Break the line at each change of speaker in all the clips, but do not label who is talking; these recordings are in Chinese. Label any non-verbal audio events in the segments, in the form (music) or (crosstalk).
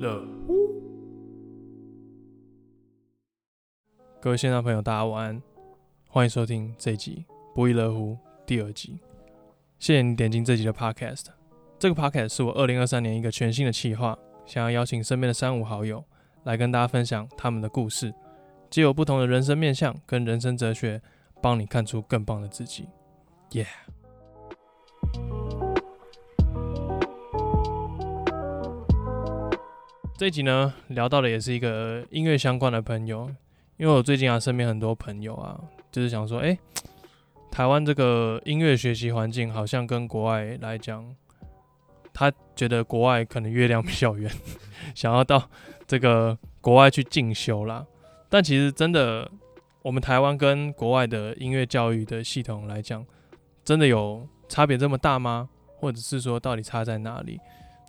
了。各位线上朋友，大家晚安，欢迎收听这一集《不亦乐乎》第二集。谢谢你点进这集的 Podcast。这个 Podcast 是我二零二三年一个全新的企划，想要邀请身边的三五好友来跟大家分享他们的故事，借由不同的人生面向跟人生哲学，帮你看出更棒的自己。Yeah。这一集呢，聊到的也是一个音乐相关的朋友，因为我最近啊，身边很多朋友啊，就是想说，哎、台湾这个音乐学习环境好像跟国外来讲，他觉得国外可能月亮比较圆， (laughs) 想要到这个国外去进修啦。但其实真的，我们台湾跟国外的音乐教育的系统来讲，真的有差别这么大吗？或者是说，到底差在哪里？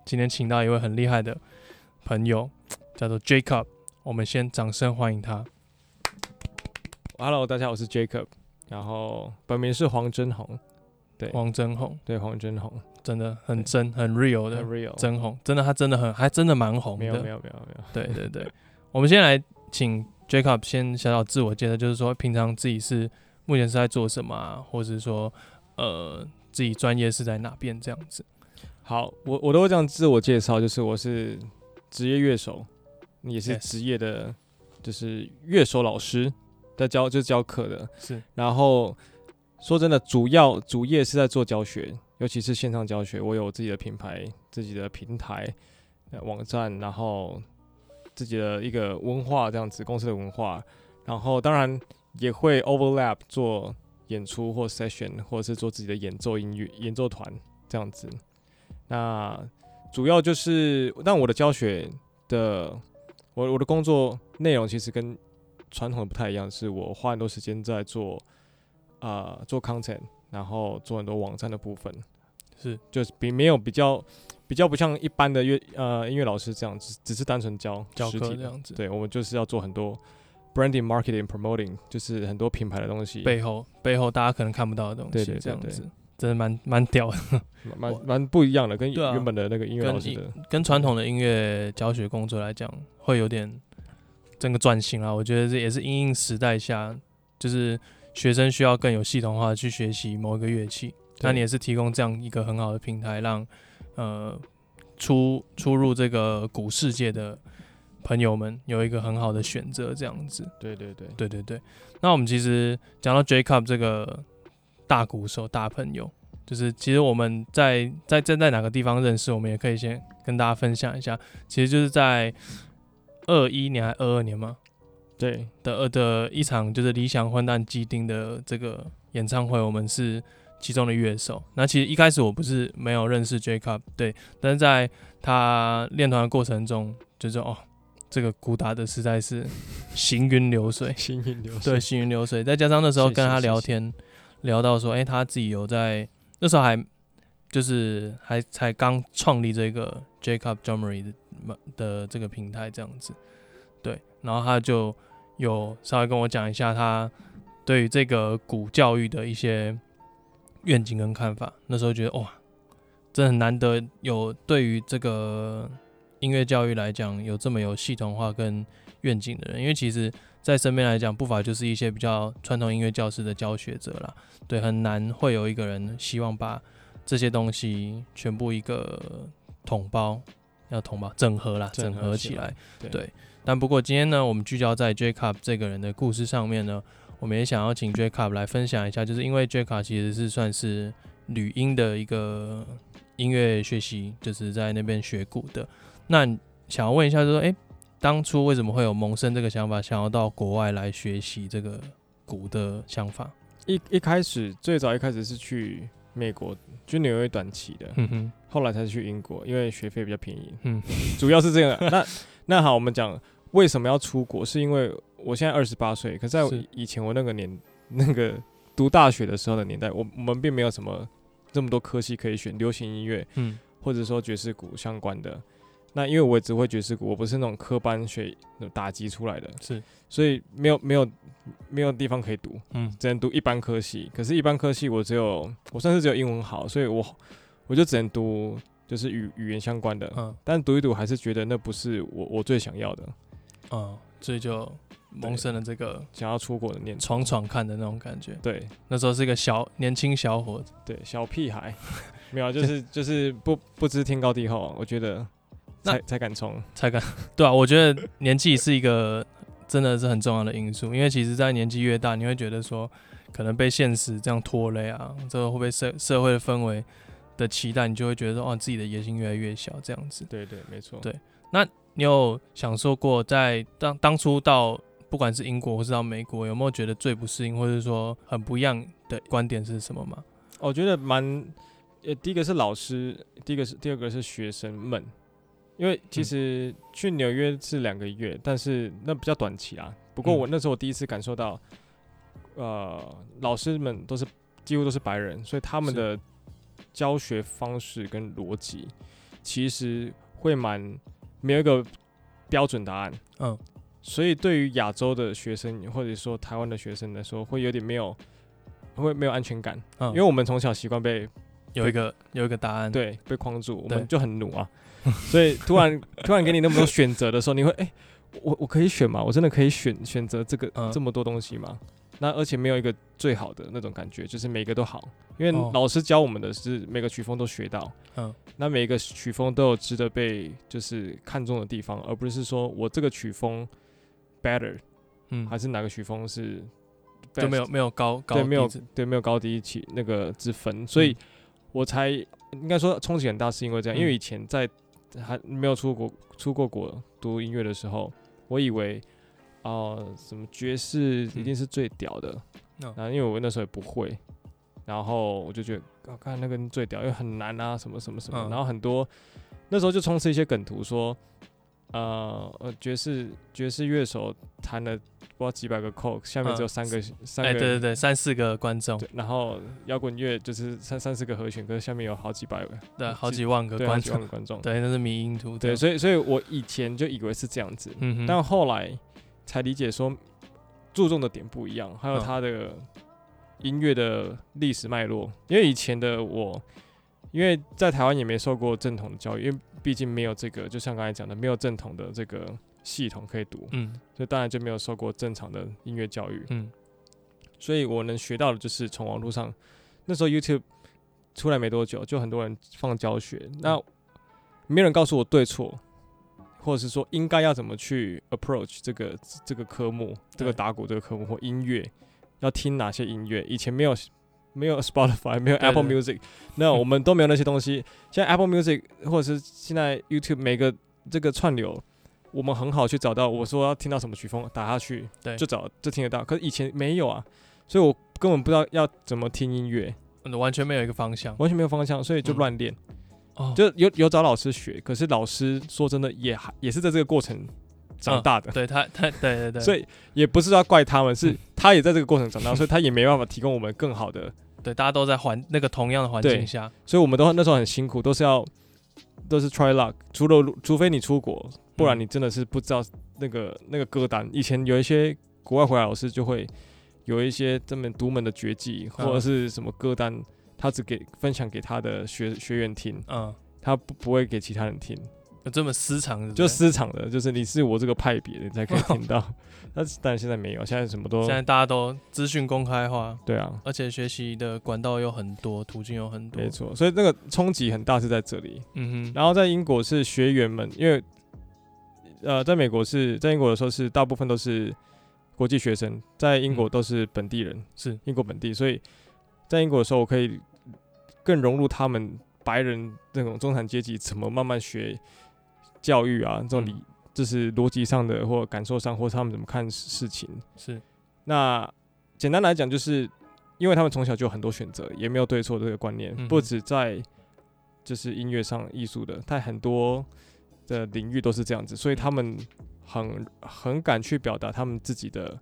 今天请到一位很厉害的朋友，叫做 Jacob，我们先掌声欢迎他。
Hello，大家好，我是 Jacob，然后本名是黄真红，对
王真红
对，黄真红，嗯
真的很
对
真、很 real
我
的
的 Real，
真红，真的他真的很，还真的蛮红
没有没
的。
有没有没有，
对对 (laughs) 对，我们先来请 Jacob 先小小自我介绍，就是说平常自己是目前是在做什么、啊，或者是说呃自己专业是在哪边这样子。
好，我我都会这样自我介绍，就是我是职业乐手，也是
Yes
职业的，就是乐手老师，在教就是教课的。
是
然后说真的，主要主业是在做教学，尤其是线上教学，我有自己的品牌、自己的平台、呃网站，然后自己的一个文化这样子，公司的文化，然后当然也会 overlap 做演出或 session，或者是做自己的演奏音乐演奏团这样子。那主要就是，但我的教学的我我的工作内容其实跟传统的不太一样，是我花很多时间在做啊、呃做 content，然后做很多网站的部分，
是
就是比没有比较比较不像一般的乐呃音乐老师这样，只只是单纯教
教
实
课
体
这
的
样子，
对我们就是要做很多 branding、marketing、promoting，就是很多品牌的东西，
背后背后大家可能看不到的东
对
西
对，对
这样
对
子真的蛮蛮屌的，
蛮蛮蛮不一样的，跟
对啊
原本的那个音乐
跟
老师
一
的
跟传统的音乐教学工作来讲会有点整个转型啊。我觉得这也是因应时代下，就是学生需要更有系统化地去学习某一个乐器。那你也是提供这样一个很好的平台，让呃出出入这个古世界的朋友们有一个很好的选择，这样子。
对对对
对对对。那我们其实讲到 Jacob 这个大鼓手、大朋友，就是其实我们在在站在哪个地方认识，我们也可以先跟大家分享一下。其实就是在二一年还二二年嘛
对
的呃的一场就是理想混蛋基丁的这个演唱会，我们是其中的乐手。那其实一开始我不是没有认识 Jacob，对，但是在他练团的过程中，就是哦，这个鼓打的实在是行云流水，
行云流
对，
水，
行云流水。再加上那时候
是
跟
是
他
是
聊
是
天，聊到说，哎、他自己有在那时候还就是还才刚创立这个 Jacob j o m e r y 的的这个平台这样子，对。然后他就有稍微跟我讲一下他对于这个古教育的一些愿景跟看法。那时候觉得哇，真的很难得有对于这个音乐教育来讲有这么有系统化跟愿景的人，因为其实，在身边来讲，不乏就是一些比较传统音乐教师的教学者啦，对，很难会有一个人希望把这些东西全部一个统包，要统包整合啦， (laughs) 整
整合
合
起
起来
来。对
对但不过今天呢，我们聚焦在 Jacob 这个人的故事上面呢，我们也想要请 Jacob 来分享一下，就是因为 Jacob 其实是算是旅英的一个音乐学习，就是在那边学鼓的。那想要问一下，就是说，哎、当初为什么会有萌生这个想法，想要到国外来学习这个鼓的想法？
一一开始最早一开始是去美国，去纽约短期的，
嗯哼，
后来才去英国，因为学费比较便宜。
嗯
嗯， (laughs) 主要是这
(laughs)
个。那那好，我们讲为什么要出国，是因为我现在二十八岁，可是在
是
以前我那个年那个读大学的时候的年代，我我们并没有什么这么多科系可以选，流行音乐
嗯，
或者说爵士鼓相关的。那因为我也只会爵士鼓，我不是那种科班学打击出来的，
是，
所以没有没有没有地方可以读。
嗯，
只能读一般科系，可是，一般科系我只有我算是只有英文好，所以我我就只能读就是语语言相关的，
嗯
但读一读还是觉得那不是我我最想要的，
嗯，所以就萌生了这个
想要出国的念头。
闯闯看的那种感觉。
对
那时候是一个小年轻小伙子，
对，小
(laughs)
屁孩，没有啊，就是就是不不知天高地厚啊，我觉得
那
才才敢冲。
才敢 (laughs) 对啊，我觉得年纪是一个真的是很重要的因素，因为其实，在年纪越大，你会觉得说，可能被现实这样拖累啊，这个会被社社会的氛围的期待，你就会觉得说，哦，自己的野心越来越小这样子。
对对，没错。
对你有享受过在当当初到不管是英国或是到美国，有没有觉得最不适应，或者说很不一样的观点是什么吗？
哦我觉得蛮，呃，第一个是老师，第一个是第二个是学生们，因为其
嗯
实去纽约是两个月，但是那比较短期啊。不过
嗯
我那时候我第一次感受到，呃，老师们都是几乎都是白人，所以他们
是
的教学方式跟逻辑其实会蛮没有一个标准答案。
嗯，
所以对于亚洲的学生或者说台湾的学生来说，会有点没有会没有安全感。
嗯，
因为我们从小习惯被
有一个有一个答案，，
对被框住，
嗯
我
对
们就很努啊， (laughs) 所以突然突然给你那么多选择的时候，你会哎、我我可以选吗？我真的可以选选择这个、
嗯
这么多东西吗？那而且没有一个最好的那种感觉，就是每个都好，因为
哦
老师教我们的是每个曲风都学到，
嗯，
那每一个曲风都有值得被就是看中的地方，而不是说我这个曲风 better
嗯，
还是哪个曲风是
就没
best
有没有高高
对，没有
低之嗯
对没有高低起那个之分，所以我才应该说冲击很大，是因为这样，因为
嗯
以前在还没有出国出过国读音乐的时候，我以为哦、什么爵士一定是最屌的，
嗯
然后因为我那时候也不会，然后我就觉得，啊，看那个最屌，因为很难啊，什么什么什么，
嗯
然后很多那时候就充斥一些梗图说。呃呃，爵士爵士乐手弹了不知道几百个 c 下面只有
嗯
三个、三
哎，
个
对对对，三四个观众，
对，然后摇滚乐就是三三四个和弦，可是下面有好几百位，
对，好几万个
对好
观
几万
众
个，观众，
对，那是迷因图，
对，所以所以我以前就以为是这样子，
嗯哼，
但后来才理解说嗯注重的点不一样，还有
嗯
它的音乐的历史脉络，因为以前的我，因为在台湾也没受过正统的教育，因为毕竟没有这个，就像刚才讲的，没有正统的这个系统可以读，
嗯
所以当然就没有受过正常的音乐教育，
嗯
所以我能学到的就是从网络上，那时候 YouTube 出来没多久，就很多人放教学，那
嗯
没有人告诉我对错，或者是说应该要怎么去 approach 这个这个科目，这个打鼓这个科目或音乐，要听哪些音乐？以前没有没有 Spotify，没有
对
Apple
对
Music，那我们都没有那些东
(laughs)
西。现在 Apple Music 或者是现在 YouTube 每个这个串流。我们很好去找到，我说要听到什么曲风，打下去，
对
就找就听得到。可是以前没有啊，所以我根本不知道要怎么听音乐，
嗯，完全没有一个方向，
完全没有方向，所以就
嗯
乱练。
哦，
就有有找老师学，可是老师说真的也还也是在这个过程长大的，
嗯对他他对对对，
所
以
以也不是要怪他们，是
嗯
他也在这个过程长大，所以他也没办法提供我们更好的，
对大家都在环那个同样的环境
对
下，
所以我们都那时候很辛苦，都是要都是 try luck，除了除非你出国，不然
嗯
你真的是不知道那个那个歌单。以前有一些国外回来老师就会有一些这么独门的绝技或
嗯
者是什么歌单，他只给分享给他的学学员听，
嗯，
他不不会给其他人听。
有这么私藏的，
就
对
私场的，就是你是我这个派别的，你才可以听到。
(laughs)
但是但现在没有，现在什么都
现在大家都资讯公开化，
对啊，
而且学习的管道有很多，途径有很多
没，错。所以那个冲击很大是在这里。
嗯哼，
然后在英国是学员们，因为呃，在美国是在英国的时候是大部分都是国际学生，在英国
嗯
都是本地人，
是
英国本地，所以在英国的时候，我可以更融入他们白人那种中产阶级怎么慢慢学教育啊，这种理、就是逻辑上的或感受上，或是他们怎么看事事情。
是，
那简单来讲，就是因为他们从小就有很多选择，也没有对错这个观念，
嗯哼
不止在就是音乐上、艺术的，在很多的领域都是这样子，所以他们很很敢去表达他们自己的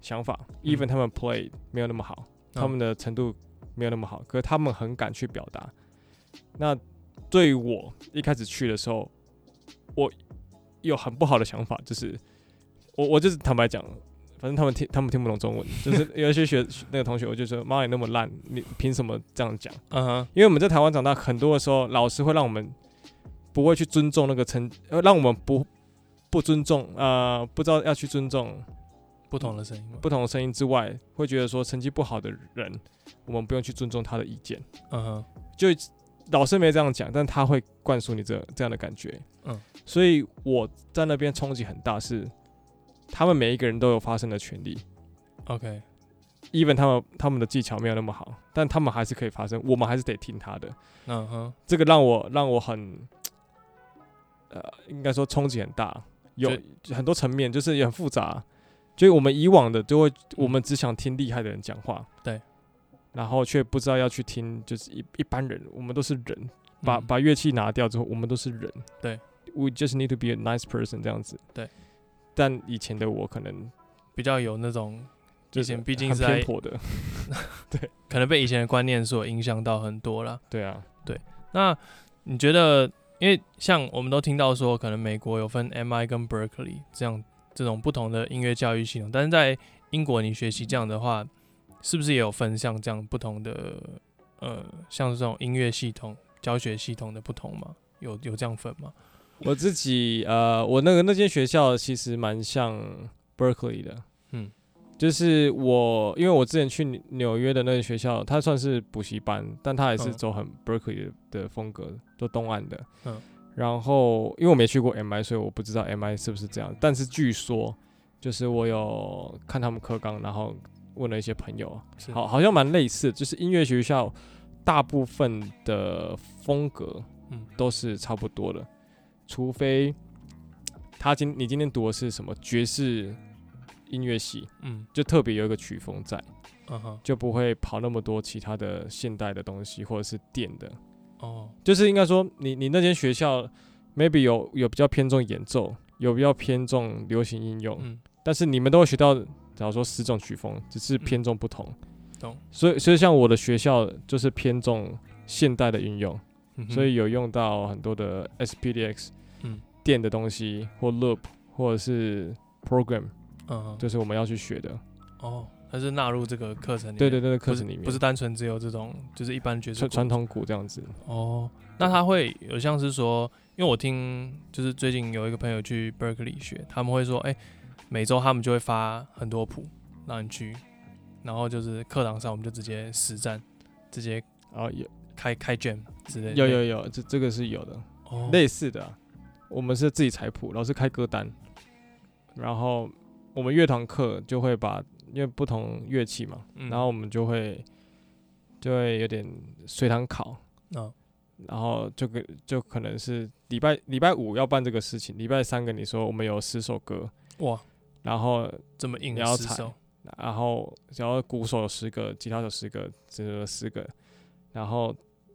想法、
嗯
e v e n 他们 play 没有那么好，他们
的
的程度没有那么好，可是他们很敢去表达。那对于我一开始去的时候，我有很不好的想法，就是我我就是坦白讲，反正他们听他们听不懂中文，就是 (laughs) 有一些学那个同学，我就说妈你那么烂，你凭什么这样讲？
嗯哼，
因为我们在台湾长大，很多的时候老师会让我们不会去尊重那个成，呃，让我们不不尊重，呃，不知道要去尊重嗯
不同的声音嘛，
不同的声音之外，会觉得说成绩不好的人，我们不用去尊重他的意见。
嗯哼，
就老师没这样讲，但他会灌输你这这样的感觉。
嗯，
所以我在那边冲击很大是，他们每一个人都有发声的权利。
OK，
even 他们他们的技巧没有那么好，但他们还是可以发声，我们还是得听他的。
嗯哼，
这个让我让我很，呃，应该说冲击很大，有很多层面，就是也很复杂。就是我们以往的就会，我们只想听厉害的人讲话，
嗯对，
然后却不知道要去听，就是一一般人，我们都是人，把、
嗯
把乐器拿掉之后，我们都是人，
对
，we just need to be a nice person 这样子，
对。
但以前的我可能
比较有那种
就
以前毕竟
很
是
偏
在
颇的，
可能被以前的观念所影响到很多啦。
对啊，
那你觉得，因为像我们都听到说，可能美国有分 MI 跟 Berkeley 这样这种不同的音乐教育系统，但是在英国你学习这样的话，是不是也有分像这样不同的呃，像这种音乐系统、教学系统的不同吗？有有这样分吗？
我自己呃，我那个那间学校其实蛮像 Berkeley 的，
嗯，
就是我因为我之前去纽纽约的那个学校，它算是补习班，但它也是
嗯
走很 Berkeley 的的风格，做东岸的，
嗯。
然后因为我没去过 MI，所以我不知道 MI 是不是这样，但是据说就是我有看他们课纲，然后问了一些朋友，
是
好，，好像蛮类似，就是音乐学校大部分的风格，
嗯
都是差不多的，除非他今你今天读的是什么爵士音乐系，
嗯
就特别有一个曲风在，
嗯哼，
就不会跑那么多其他的现代的东西或者是电的，
哦，
就是应该说你你那间学校 maybe 有有比较偏重演奏，有比较偏重流行应用，
嗯
但是你们都会学到，假如说十种曲风，只是偏重不同。
懂。
所以，所以像我的学校就是偏重现代的运用，
嗯哼，
所以有用到很多的 SPDX，
嗯
电的东西或 loop 或者是 program，
嗯哼，
就是我们要去学的。
哦，它是纳入这个课程里面，
对对对，
不
课
是
程里面
不是单纯只有这种，就是一般爵士
传
鼓
传统鼓这样子。
哦，那他会有像是说，因为我听就是最近有一个朋友去 Berkeley 学，他们会说，哎、每周他们就会发很多谱让你去，然后就是课堂上我们就直接实战，直接
啊，有
开开 jam 之类的。
有有有，这这个是有的，
哦，
类似的啊。我们是自己采谱，老师开歌单，然后我们乐堂课就会把因为不同乐器嘛，
嗯
然后我们就会就会有点随堂考，
嗯
然后就跟就可能是礼拜礼拜五要办这个事情，礼拜三跟你说我们有十首歌，
哇，
然后
这么硬
你要
的
踩
手，
然后只要鼓手有十个，吉他手十个，只有十个，然后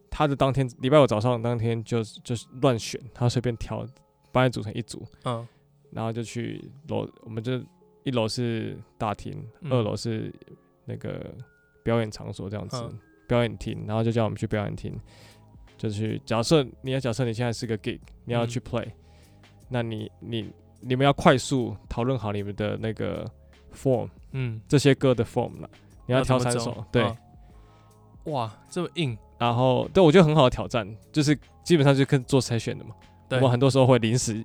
他的当天礼拜五早上当天就就是乱选，他随便挑，把你组成一组，
嗯
然后就去楼，我们就一楼是大厅，
嗯
二楼是那个表演场所这样子，
嗯
表演厅，然后就叫我们去表演厅，就去假设你要假设你现在是个 gig，你要
嗯
去 play，、那你你你们要快速讨论好你们的那个 form
嗯，
这些歌的 form 了，你要挑
怎
三
么走
首，对，
嗯哇，这么硬，
然后对我觉得很好的挑战，就是基本上就跟做筛选的嘛，我
对
们，很多时候会临时，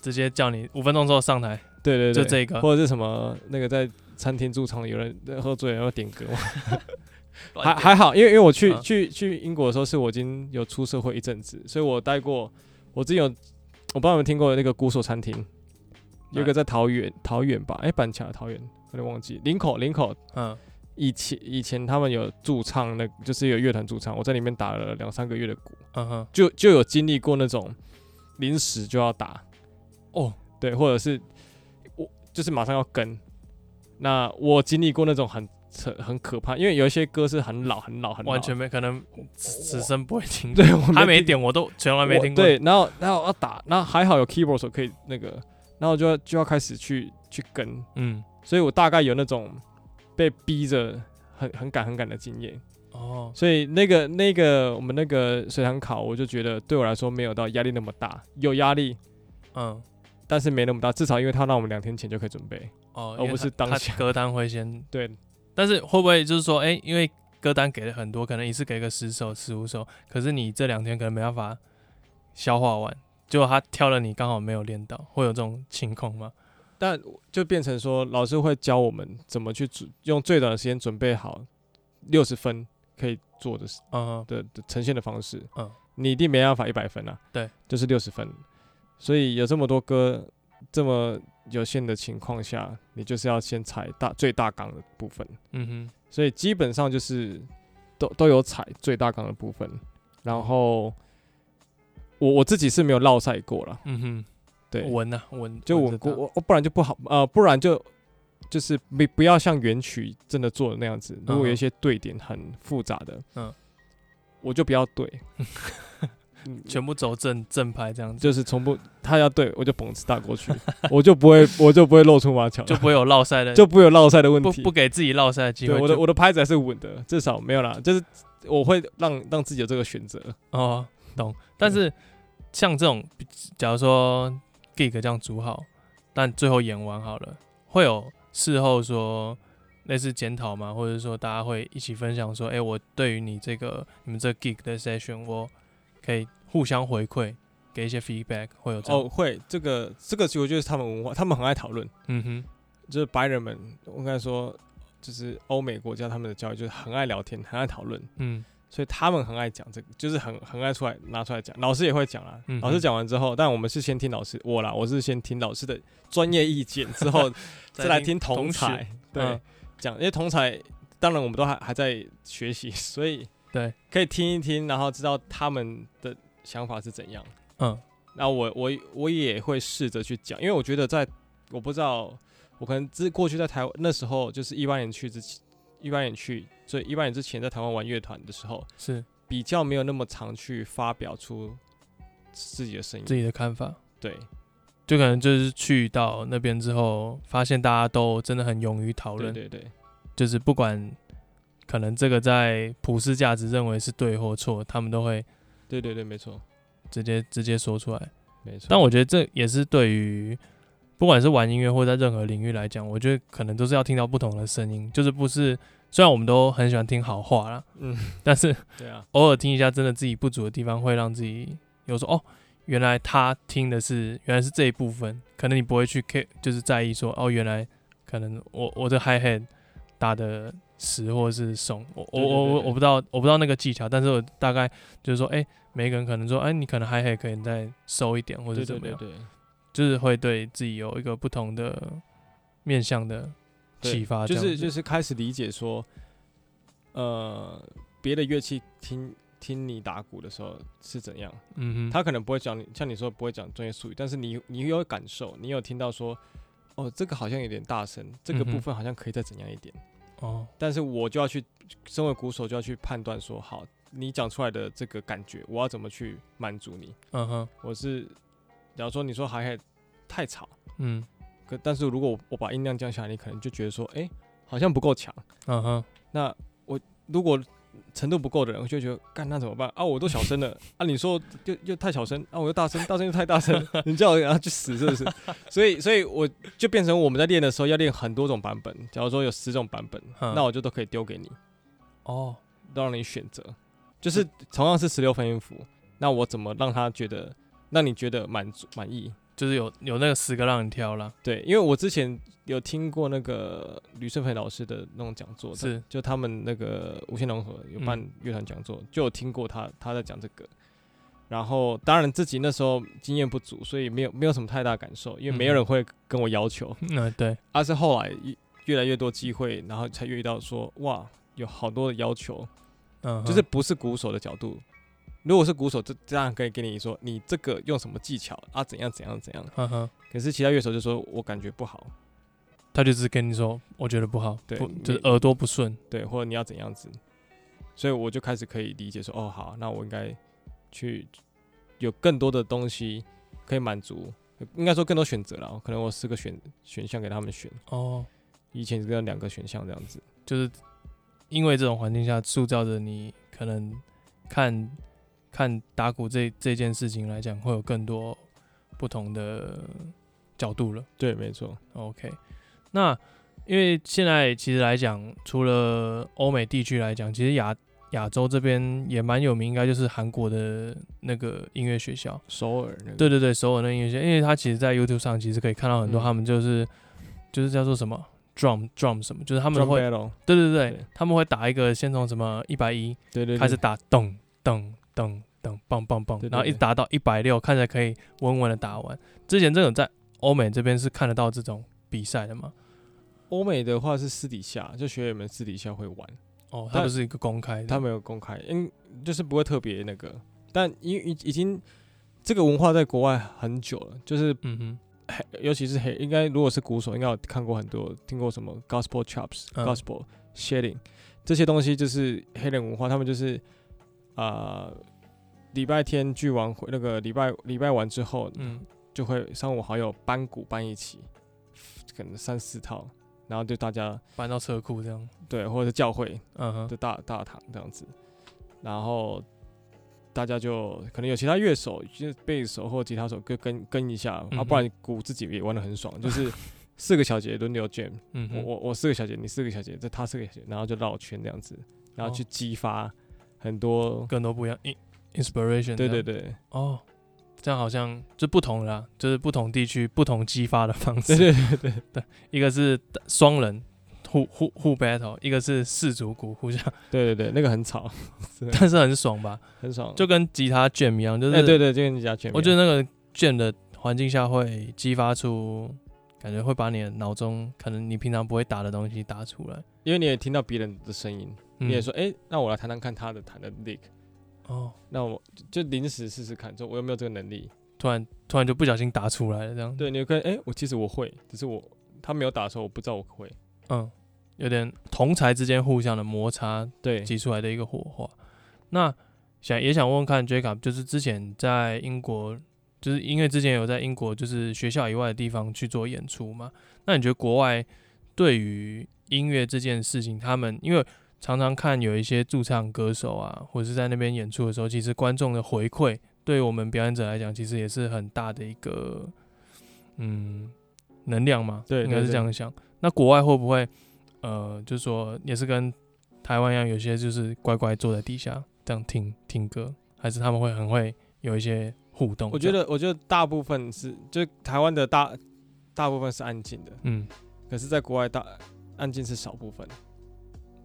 直接叫你五分钟之后上台，
对对
就这
对，
个，
或者是什么那个在餐厅驻唱，有人喝醉然后点
(laughs)
歌嘛，
乱
还
点
还好，因为因为我去、
嗯
去去英国的时候，是我已经有出社会一阵子，所以我待过，我之前有我不知道你们听过那个鼓手餐厅，有一个在桃园桃园吧，哎、板桥桃园，有点忘记，林口林口
嗯
以前以前他们有驻唱那，就是有乐团驻唱，我在里面打了两三个月的鼓，
嗯哼，
就就有经历过那种临时就要打，
哦，
对，或者是我就是马上要跟。那我经历过那种很很很可怕，因为有一些歌是很老很老很老，
完全没可能，此此生不会听
(laughs) 对， (laughs) 我
他每一
听
点我都从来
我
没听过。
对，然后然后要打，然后还好有 keyboard 手可以那个，然后就要就要开始去去跟，
嗯，
所以我大概有那种被逼着很很赶很赶的经验，
哦，
所以那个那个我们那个水堂考，我就觉得对我来说没有到压力那么大，有压力，
嗯，
但是没那么大，至少因为他让我们两天前就可以准备，
哦，
而不是当
他
下
他歌单会先，
对，
但是会不会就是说，哎、因为歌单给了很多，可能一次给个十首、十五首，可是你这两天可能没办法消化完，结果他挑了你刚好没有练到，会有这种情况吗？
但就变成说，老师会教我们怎么去准用最短的时间准备好六十分可以做的事
嗯
的的呈现的方式。
嗯，
你一定没办法一百分啊，
对，
就是六十分。所以有这么多歌，这么有限的情况下，你就是要先踩大最大纲的部分。
嗯
所以基本上就是都都有踩最大纲的部分。然后我我自己是没有落赛过啦，
哼，嗯
对，
哼，稳啊稳，
就
着
稳
打
固，我我不然就不好，呃，不然就就是不不要像原曲真的做的那样子。如果有一
嗯
些对点很复杂的，
嗯，
我就不要对，嗯
(laughs) 全部走正正拍这样子，
就是从不他要对我就蹦次打过去，我就不会我就不会露出马脚，
就不会有落赛的，
就不会有落赛的问
不
题。
不给自己落赛的机
对，
会。
我的
就
我的拍子还是稳的，至少没有啦，就是我会让让自己有这个选择。
哦，懂。但
嗯
是像这种，假如说 gig 这样组好，但最后演完好了，会有事后说类似检讨吗？或者说大家会一起分享说，哎、我对于你这个你们这 gig 的 session，我可以互相回馈，给一些 feedback，会有这种。
哦，会这个这个，其实我觉得是他们文化，他们很爱讨论。
嗯哼，
就是白人们，我应该说，就是欧美国家他们的教育就是很爱聊天，很爱讨论，
嗯
所以他们很爱讲这个，就是很很爱出来拿出来讲。老师也会讲啊，
嗯哼
老师讲完之后，但我们是先听老师我啦，我是先听老师的专业意见，之后再来听同
学
才对
嗯
讲，因为同才当然我们都还还在学习， (laughs) 所以
对，
可以听一听，然后知道他们的想法是怎样。
嗯
那我我我也会试着去讲，因为我觉得在我不知道，我可能之过去在台湾那时候，就是一八年去之前，一八年去，所以一八年之前在台湾玩乐团的时候，
是
比较没有那么常去发表出自己的声
自
音。
己的看法。
对
就可能就是去到那边之后，发现大家都真的很勇于讨
对
论，
对对
就是不管可能这个在普世价值认为是对或错，他们都会
对对对，没错
直接直接说出来。
没错。
但我觉得这也是对于不管是玩音乐或在任何领域来讲，我觉得可能都是要听到不同的声音，就是不是虽然我们都很喜欢听好话啦，
嗯，
但是
对啊，
偶尔听一下真的自己不足的地方，会让自己有说哦，原来他听的是原来是这一部分，可能你不会去 care，就是在意说哦，原来可能我我的 hi hat 打的实或是松，我我
对
我
对对
我
对
我不知道我不知道那个技巧，但是我大概就是说，哎、每个人可能说，哎、你可能 hi hat 可以再收一点或者
对
怎
对
么
对
样，
对
就是会对自己有一个不同的面向的
对
启发，
就是就是是开始理解说，呃，别的乐器听听你打鼓的时候是怎样。
嗯哼，
他可能不会讲你，像你说不会讲专业术语，但是你你有感受，你有听到说，哦，这个好像有点大声，这个
嗯
部
哼
分好像可以再怎样一点。
哦，
但是我就要去，身为鼓手就要去判断说，好，你讲出来的这个感觉，我要怎么去满足你？
嗯哼，
我是，假如说你说还还太吵，
嗯
可但是如果我我把音量降下来，你可能就觉得说，哎、好像不够强。
嗯哼，
那我如果程度不够的人，我就觉得干那怎么办啊？我都小声了啊，你说又又太小声啊，我又大声，大声又太大声，你叫我然后去死是不是？所以所以我就变成我们在练的时候要练很多种版本，假如说有十种版本，
嗯
那我就都可以丢给你，
哦，
都让你选择，就是同样是十六分音符，那我怎么让他觉得让你觉得满足满意？
就是有有那个十个让你挑啦。
对，因为我之前有听过那个吕胜培老师的那种讲座，
是
他就他们那个无限融合有办
嗯
乐团讲座，就有听过他他在讲这个。然后当然自己那时候经验不足，所以没有没有什么太大感受，因为没有
嗯
人会跟我要求。
嗯，对，
而、是后来越越来越多机会，然后才遇到说哇，有好多的要求，
嗯哼，
就是不是鼓手的角度。如果是鼓手，这当然可以给你说你这个用什么技巧啊，怎样怎样怎样。
嗯哼，
可是其他乐手就说我感觉不好，
他就只是跟你说，我觉得不好，
对
不
你
就是耳朵不顺，
对，或者你要怎样子，所以我就开始可以理解说，哦，好，那我应该去有更多的东西可以满足，应该说更多选择了。可能我四个选选项给他们选，
哦，
以前只有两个选项这样子。
就是因为这种环境下塑造着你，可能看看打鼓这这件事情来讲，会有更多不同的角度了。
对，没错。
OK，那因为现在其实来讲，除了欧美地区来讲，其实亚亚洲这边也蛮有名，应该就是韩国的那个音乐学校。
首尔那个，
对对对，首尔那音乐学校，因为它其实在 YouTube 上其实可以看到很多
嗯
他们就是、就是叫做什么 drum drum 什么，就是他
他
们会
battle，
对对对
对
他们会打一个先从什么一百一
对对，对
开始，打咚咚咚咚棒棒棒
对，对
然后一
对
直打到一百六，看起来可以稳稳的打完。之前这种在欧美这边是看得到这种比赛的嘛？
欧美的话是私底下，就学员们私底下会玩，
哦，它
但
不是一个公开的，
他没有公开，嗯，就是不会特别那个，但已已已经这个文化在国外很久了，就是
嗯哼，
黑，尤其是黑，应该如果是鼓手，应该有看过很多，听过什么 gospel chops、
嗯
gospel shedding 这些东西，就是黑人文化，他们就是啊，呃礼、拜天聚完会，那个礼拜礼拜完之后，
嗯
就会三五好友搬鼓搬一起，可能三四套，然后就大家
搬到车库这样，
对，或者是教会
嗯哼，
的大大堂这样子，然后大家就可能有其他乐手，就是贝斯手或吉他手跟跟跟一下，
嗯
啊，
哼
不然鼓自己也玩的很爽，就是
(laughs)
四个小节轮流 jam，
嗯
我
哼，
我我四个小节，你四个小节，再他四个小节，然后就绕圈这样子，然
哦
后去激发很多，
更多不一样，in inspiration，
对
这
对
样，
对
哦，这样好像就不同了啦，就是不同地区不同激发的方式，
对 (laughs) 对对对，
一个是双人互互互 battle，一个是四足鼓互相，
对对对，那个很吵， (laughs) 真的
但是很爽吧，
很爽，
就跟吉他卷一样，就是、
哦哎对对，就跟你讲全，
我觉得那个卷的环境下会激发出，感觉会把你的脑中可能你平常不会打的东西打出来。
因为你也听到别人的声音，
嗯
你也说，哎，那我来弹弹看他的弹的 lick，
哦，
那我就就临时试试看，就我有没有这个能力。
突然突然就不小心打出来了，这样，
对，你可以，哎、我其实我会，只是我他没有打的时候，我不知道我会。
嗯，有点同才之间互相的摩擦
对，
激出来的一个火花。那想也想问问看 Jacob，就是之前在英国，就是因为之前有在英国就是学校以外的地方去做演出嘛，那你觉得国外对于音乐这件事情，他们因为常常看有一些驻唱歌手啊，或者是在那边演出的时候，其实观众的回馈对于我们表演者来讲，其实也是很大的一个嗯能量嘛，
对
应该
对
是这
对
样想。那国外会不会呃，就是说也是跟台湾一样，有些就是乖乖坐在地下这样听听歌，还是他们会很会有一些互动？
我觉，得，我觉得大部分是，就台湾的大大部分是安静的，
嗯，
可是在国外大安静是少部分，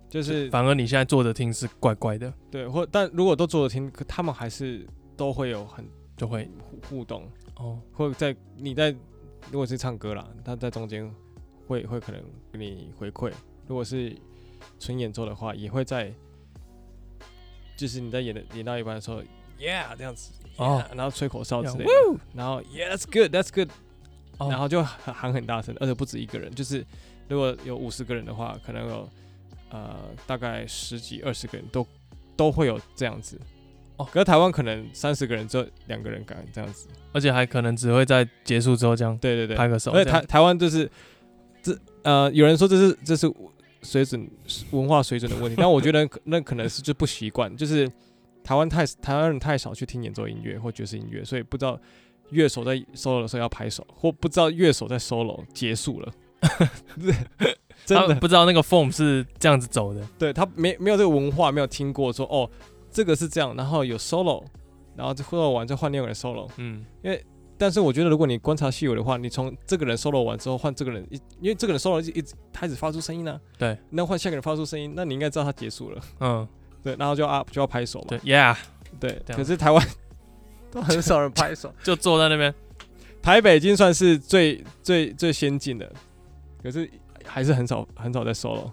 就是哦
反而你现在坐着听是怪怪的，
对，或但如果都做得听，可他们还是都会有很
就会
互互动，
哦，
或者在你在如果是唱歌啦，他在中间会会可能给你回馈；如果是纯演奏的话，也会在就是你在演的演到一半的时候，Yeah 这样子，
哦
yeah，然后吹口哨
这
之
样
类的，然后 Yeah that's good that's good，、
哦
然后就喊喊很大声，而且不止一个人，就是如果有五十个人的话，可能有呃大概十几二十个人都都会有这样子。
哦
可是台湾可能三十个人只有两个人敢这样子，
而且还可能只会在结束之后这样
对对对，哎
拍个手，
而且
这
台
样
台湾就是这呃，有人说这是这是水准文化水准的问题，但我觉得可那可能是就不习惯，就是台湾太台湾人太少去听演奏音乐或爵士音乐，所以不知道乐手在 solo 的时候要拍手，或不知道乐手在 solo 结束了。 (laughs) 真
他
的
们，不知道那个 form 是这样子走的，
对他没没有这个文化，没有听过说哦，这个是这样，然后有 solo，然后 solo 完再换另外一个人 solo，
嗯，
但是我觉得，如果你观察细微的话，你从这个人 solo 完之后换这个人，一因为这个人 solo 一直一直他一直发出声音呢、啊
对，
那换下一个人发出声音，那你应该知道他结束了， (laughs)
嗯，
对，然后就啊就要拍手嘛，
对，Yeah，
对。
这样
可是台湾 (laughs) 都很少人拍手，
就坐在那边，
(laughs) 台北已经算是最最最先进的，可是还是很少很少在 solo，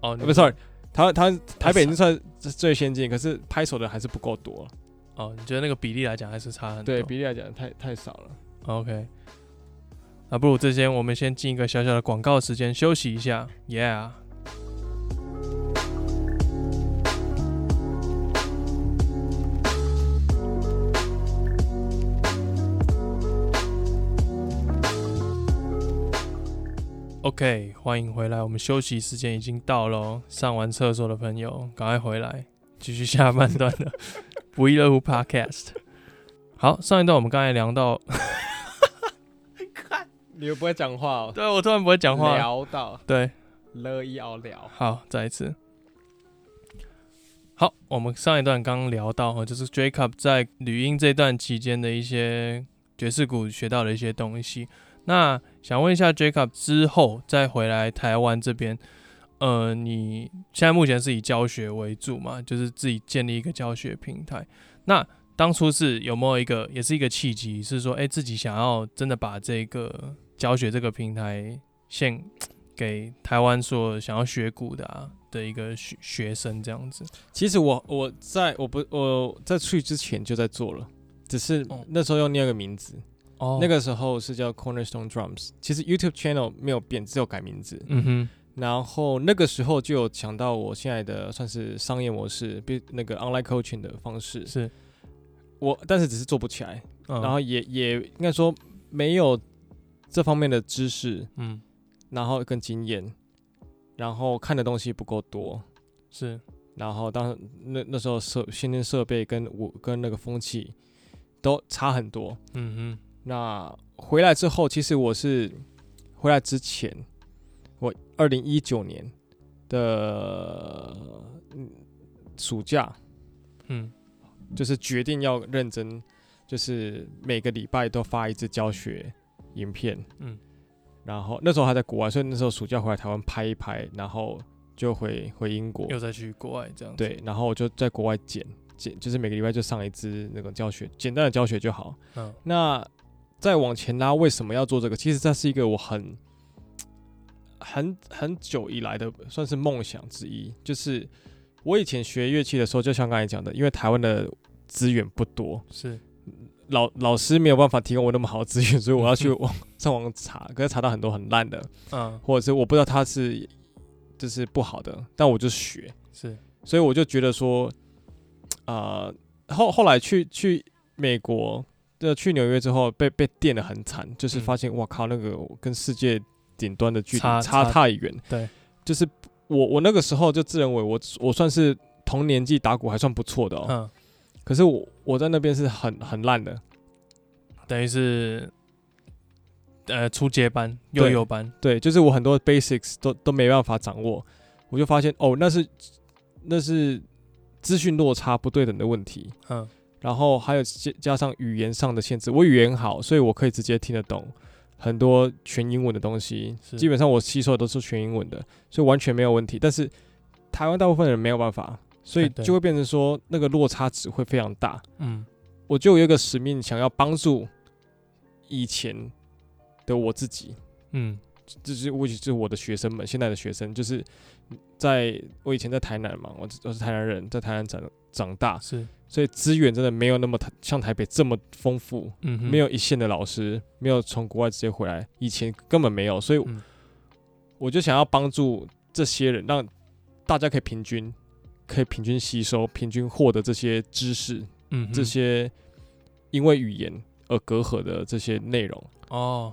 哦，你
呃不，sorry，台湾台湾台北已经算是最先进，可是拍手的还是不够多，
哦，你觉得那个比例来讲还是差很多，
对比例来讲太太少了。
OK，那不如这些，我们先进一个小小的广告时间，休息一下。Yeah。OK，欢迎回来，我们休息时间已经到喽。上完厕所的朋友，赶快回来，继续下半段的不亦乐乎 Podcast。好，上一段我们刚才聊到，
你又不会讲话哦，
对啊我突然不会讲话了，
聊到
对，
了一熬聊，
好，再一次。好，我们上一段刚聊到哦哈，就是 Jacob 在旅英这段期间的一些爵士鼓学到的一些东西。那想问一下 Jacob 之后再回来台湾这边，呃，你现在目前是以教学为主嘛，就是自己建立一个教学平台。那当初是有没有一个，也是一个契机，是说，哎、自己想要真的把这个教学这个平台献给台湾所有想要学鼓的啊的一个学学生这样子。
其实我我在我不我在去之前就在做了，只是
哦
那时候用另一个名字，
哦
那，个时候是叫 Cornerstone Drums。其实 YouTube channel 没有变，只有改名字。
嗯哼，
然后那个时候就有想到我现在的算是商业模式，比那个 online coaching 的方式。
是，
我但是只是做不起来，
嗯、
然后也也应该说没有这方面的知识，
嗯，
然后跟经验，然后看的东西不够多。
是，
然后当那那时候设先天设备跟我跟那个风气都差很多。
嗯
那回来之后，其实我是回来之前，我二零一九年的嗯暑假，
哼，嗯，
就是决定要认真，就是每个礼拜都发一支教学影片，
嗯，
然后那时候还在国外，所以那时候暑假回来台湾拍一拍，然后就回回英国，
又再去国外这样子。，
对，然后我就在国外剪剪，就是每个礼拜就上一支那种教学，简单的教学就好。
嗯
那再往前拉，为什么要做这个？其实这是一个我很很很久以来的算是梦想之一，就是我以前学乐器的时候，就像刚才讲的，因为台湾的资源不多，
是，
老老师没有办法提供我那么好的资源，所以我要去网上网查，可是查到很多很烂的，
嗯，
或者是我不知道它是就是不好的，但我就学。
是，
所以我就觉得说，啊、后后来去去美国，呃，去纽约之后被被电的很惨，就是
嗯
发现哇靠，那个跟世界顶端的距离
差
差
差
太远。
对，
就是我我那个时候就自认为我我算是同年纪打鼓还算不错的哦，
嗯，
可是我我在那边是很很烂的，
等于是，呃，初阶班、幼
对
幼班，
对，就是我很多 basics 都都没办法掌握，我就发现哦，那是那是资讯落差不对等的问题。
嗯，
然后还有加加上语言上的限制，我语言好，所以我可以直接听得懂很多全英文的东西，
是
基本上我吸收的都是全英文的，所以完全没有问题。但是台湾大部分人没有办法，所以
哎对
就会变成说那个落差值会非常大。
嗯，
我就有一个使命，想要帮助以前的我自己，
嗯，
就是我就是我的学生们，现在的学生，就是在我以前在台南嘛，我我是台南人，在台南长长大，
是，
所以资源真的没有那么台像台北这么丰富，
嗯哼，
没有一线的老师，没有从国外直接回来，以前根本没有，所以
嗯
我就想要帮助这些人，让大家可以平均，可以平均吸收，平均获得这些知识，
嗯哼
这些因为语言而隔阂的这些内容，
哦，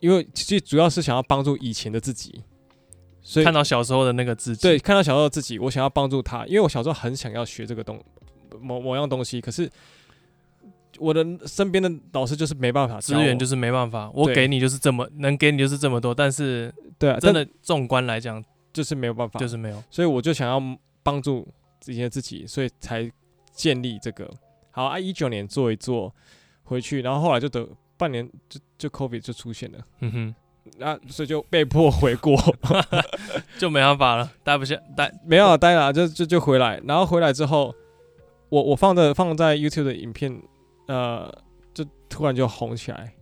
因为其实主要是想要帮助以前的自己，所以
看到小时候的那个自己，
对，，看到小时候自己，我想要帮助他，因为我小时候很想要学这个东某某样东西，可是我的身边的老师就是没办法
资源就是是没办法，我
对
给你就是这么，能给你就是这么多，但是
对啊，
真
但
的纵观来讲，
就是没有办法，
就是没有。
所以我就想要帮助以前的自己，所以才建立这个。好啊，一九年做一做回去，然后后来就得半年就就 COVID 就出现了，
嗯哼，
那、所以就被迫回国，
就没办法了，待不下，待
没有待了，就就就回来，然后回来之后，我我放的放在 YouTube 的影片，呃，就突然就红起来，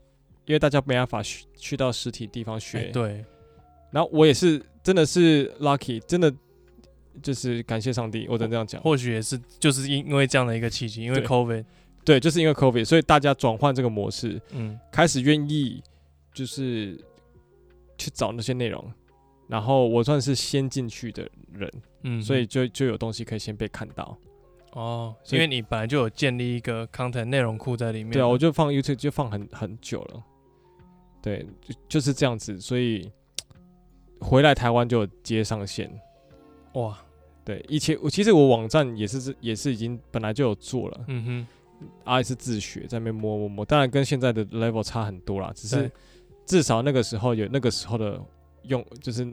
因为大家没办法去去到实体地方学，
哎对，
然后我也是真的是 lucky，真的就是感谢上帝，我只能这样讲，
或许也是就是因因为这样的一个契机，因为
对
COVID，
对，就是因为 COVID，所以大家转换这个模式，
嗯
开始愿意就是去找那些内容，然后我算是先进去的人，
嗯，
所以就就有东西可以先被看到。
哦，
所
因
以
为你本来就有建立一个 content 内容库在里面，
对啊，我就放 YouTube 就放很很久了，对，就就是这样子，所以回来台湾就有接上线。
哇，
对，以前我其实我网站也是也是已经本来就有做了，
嗯
啊也是自学在那边摸摸摸，当然跟现在的 level 差很多啦，只
对
是至少那个时候有那个时候的用，就是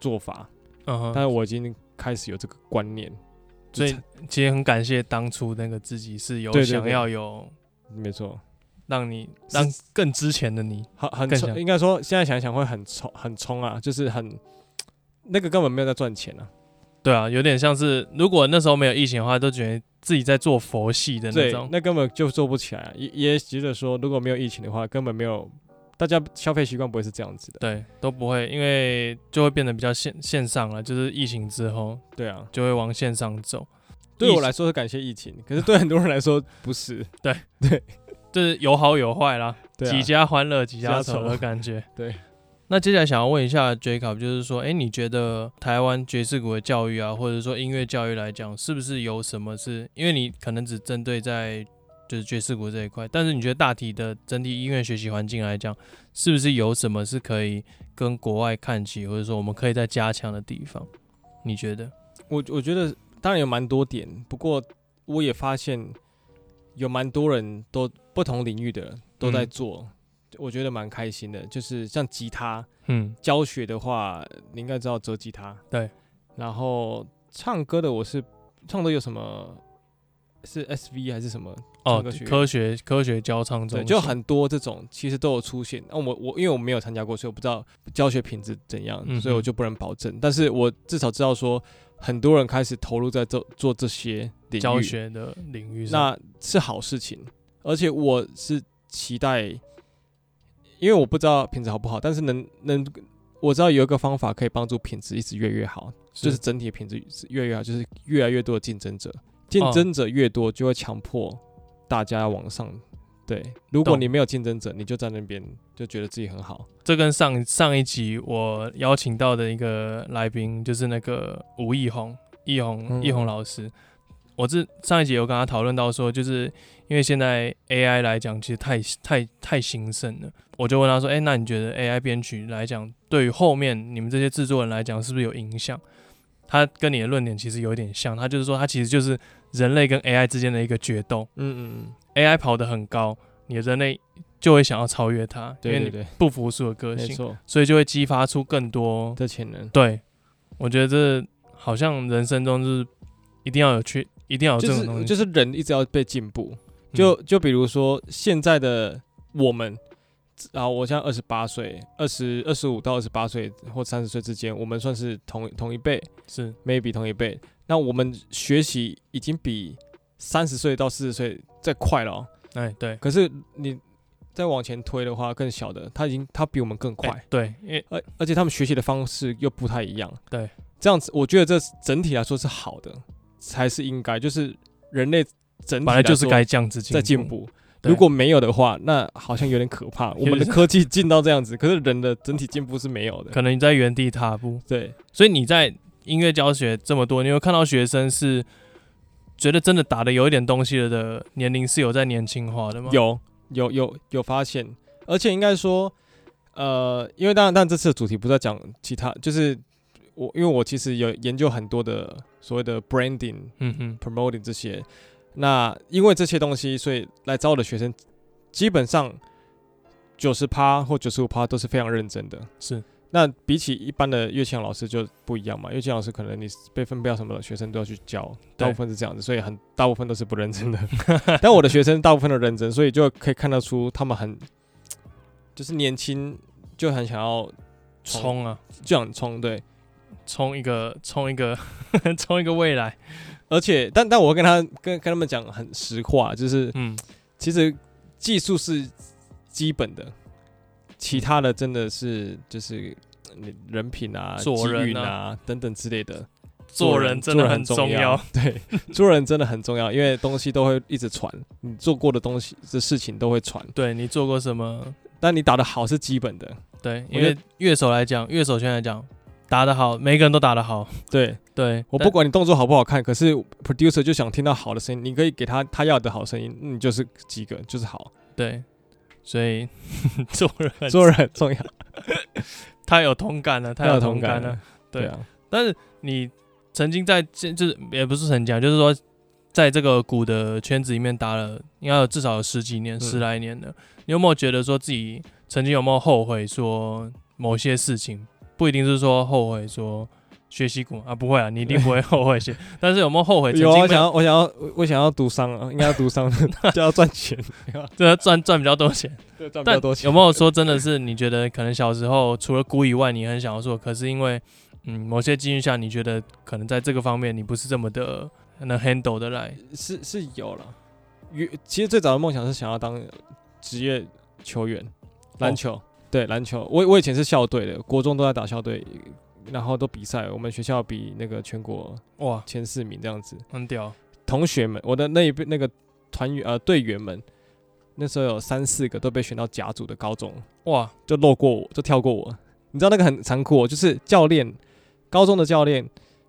做法。
嗯
但
哼，
是我已经开始有这个观念，
所以
就
其实很感谢当初那个自己是有
对对对
想要有
没错，
让你
是
让更之前的你，
很很
更
冲
想
应该说现在想一想会很冲很冲啊，就是很那个根本没有在赚钱啊，
对啊，有点像是如果那时候没有疫情的话，都觉得自己在做佛系的那
对
种，。
那根本就做不起来、啊。也也觉得说，如果没有疫情的话，根本没有大家消费习惯不会是这样子的。
对，都不会，因为就会变得比较线线上了，就是疫情之后
对啊，
就会往线上走。
对我
疫
来说是感谢疫情，可是对很多人来说不是。
就是有好有坏啦，
对啊
几家欢乐几家
几家
愁
愁
的感觉。
(laughs) 对，
那接下来想要问一下 Jacob，就是说，哎、你觉得台湾爵士鼓的教育啊，或者说音乐教育来讲，是不是有什么是因为你可能只针对在就是爵士鼓这一块，但是你觉得大体的整体音乐学习环境来讲，是不是有什么是可以跟国外看齐，或者说我们可以再加强的地方？你觉得？
我我觉得当然有蛮多点，不过我也发现有蛮多人都不同领域的人都在
嗯
做，我觉得蛮开心的。就是像吉他
嗯
教学的话，你应该知道折吉他。
对。
然后唱歌的我是唱歌有什么是 SV 还是什么？
哦
唱歌学，院
科学科学教唱中心
对，就很多这种其实都有出现。那、哦我我因为我没有参加过，所以我不知道教学品质怎样，
嗯哼
所以我就不能保证。但是我至少知道说，很多人开始投入在做做这些领域，
教学的领域上，
那是好事情。而且我是期待，因为我不知道品质好不好，但是能能我知道有一个方法可以帮助品质一直越来越好，就是整体的品质是越来越好，就是越来越多的竞争者，竞争者越多，就会强迫大家要往上。对，如果
懂
你没有竞争者，你就在那边就觉得自己很好。
这跟上上一集我邀请到的一个来宾，就是那个吴奕宏，奕宏，
嗯
奕宏老师。我这上一集有跟他讨论到说，就是因为现在 AI 来讲，其实太太太兴盛了。我就问他说：“哎、那你觉得 AI 编曲来讲，对于后面你们这些制作人来讲，是不是有影响？”他跟你的论点其实有一点像，他就是说，他其实就是人类跟 AI 之间的一个决斗。
嗯嗯
AI 跑得很高，你的人类就会想要超越它，
对
因为
对
你
对
不服输的个
嗯，没
性。
错，
所以就会激发出更多。
这潜能
对，我觉得这好像人生中就是一定要有缺，一定要哦有这
就
种东西。嗯
是就是是人一直要被进步。就就比如说现在的我们，啊，我现在二十八岁，二十二十五到二十八岁或三十岁之间，我们算是同同一辈
是
，maybe 同一辈。那我们学习已经比三十岁到四十岁再快了、哦，
哎对
可是你再往前推的话，更小的他已经他比我们更快，
哎对，因为
而而且他们学习的方式又不太一样。
对，
这样子我觉得这整体来说是好的，才是应该，就是人类整体
本来就是
说
该这样子进
在进
步。
步。
对
如果没有的话，那好像有点可怕。我们的科技进到这样子，可是人的整体进步是没有的。
可能你在原地踏步，
对，
所以你在音乐教学这么多，你有看到学生是觉得真的打的有一点东西了的年龄是有在年轻化的吗？，
有有有有发现，而且应该说，呃，因为当然，但这次的主题不是在讲其他，就是我因为我其实有研究很多的所谓的 branding、
嗯哼，
promoting 这些。那因为这些东西，所以来找我的学生基本上九十趴或九十五趴都是非常认真的。
是
那比起一般的乐器老师就不一样嘛，乐器老师可能你被分配到什么学生都要去教，
对
大部分是这样子，所以很大部分都是不认真的。 (laughs) 但我的学生大部分都认真，所以就可以看得出他们很，就是年轻就很想要冲，
冲啊，
就想冲对。
冲一个，冲一个， (laughs) 冲一个未来。
而且，但但我跟他跟跟他们讲很实话，就是
嗯，
其实技术是基本的，其他的真的是就是你人品啊、
做
机
人
遇
啊
啊等等之类的。
做人真的很
做
重
人
要。。
(laughs) 对，做人真的很重要，因为东西都会一直传，你做过的东西的事情都会传。
对你做过什么？
但你打得好是基本的，
对，
我
因
觉
为
得
乐手来讲，乐手圈来讲，打得好，每个人都打得好。
对
(laughs) 对
我不管你动作好不好看，可是 producer 就想听到好的声音，你可以给他他要的好声音，你就是及格，就是好，
但对，所以 (laughs) 做人很
做人很重要，
太有同感了，太有
要有
同
同
感
感
了
啊。
对
对啊，
但是你曾经在这就是也不是曾经啊，就是说在这个鼓的圈子里面打了，应该有至少有十几年、
嗯
十来年了。你有没有觉得说自己曾经有没有后悔说某些事情？不一定是说后悔说学习股啊，不会啊，你一定不会后 (laughs) 悔学。但是有没有后悔曾
有啊，
经
我
没
想
有
要，我想要，我我想要读商啊，应该要读 (laughs) 商，就要赚钱，
这赚赚比较多钱？
(laughs) 对，赚比
但
较多钱。
有没有说真的是你觉得可能小时候除了估以外，你很想要做，可是因为嗯某些机遇下，你觉得可能在这个方面你不是这么的能 handle 的来？
是是有了。原其实最早的梦想是想要当职业球员，篮球。对篮球，我我以前是校队的，国中都在打校队，然后都比赛。我们学校比那个全国
哇，
前四名这样子。
很屌，
同学们，我的那一辈那个团员呃队员们，那时候有三四个都被选到甲组的高中，
哇，
就漏过我，就跳过我。你知道那个很残酷、哦，就是教练，高中的教练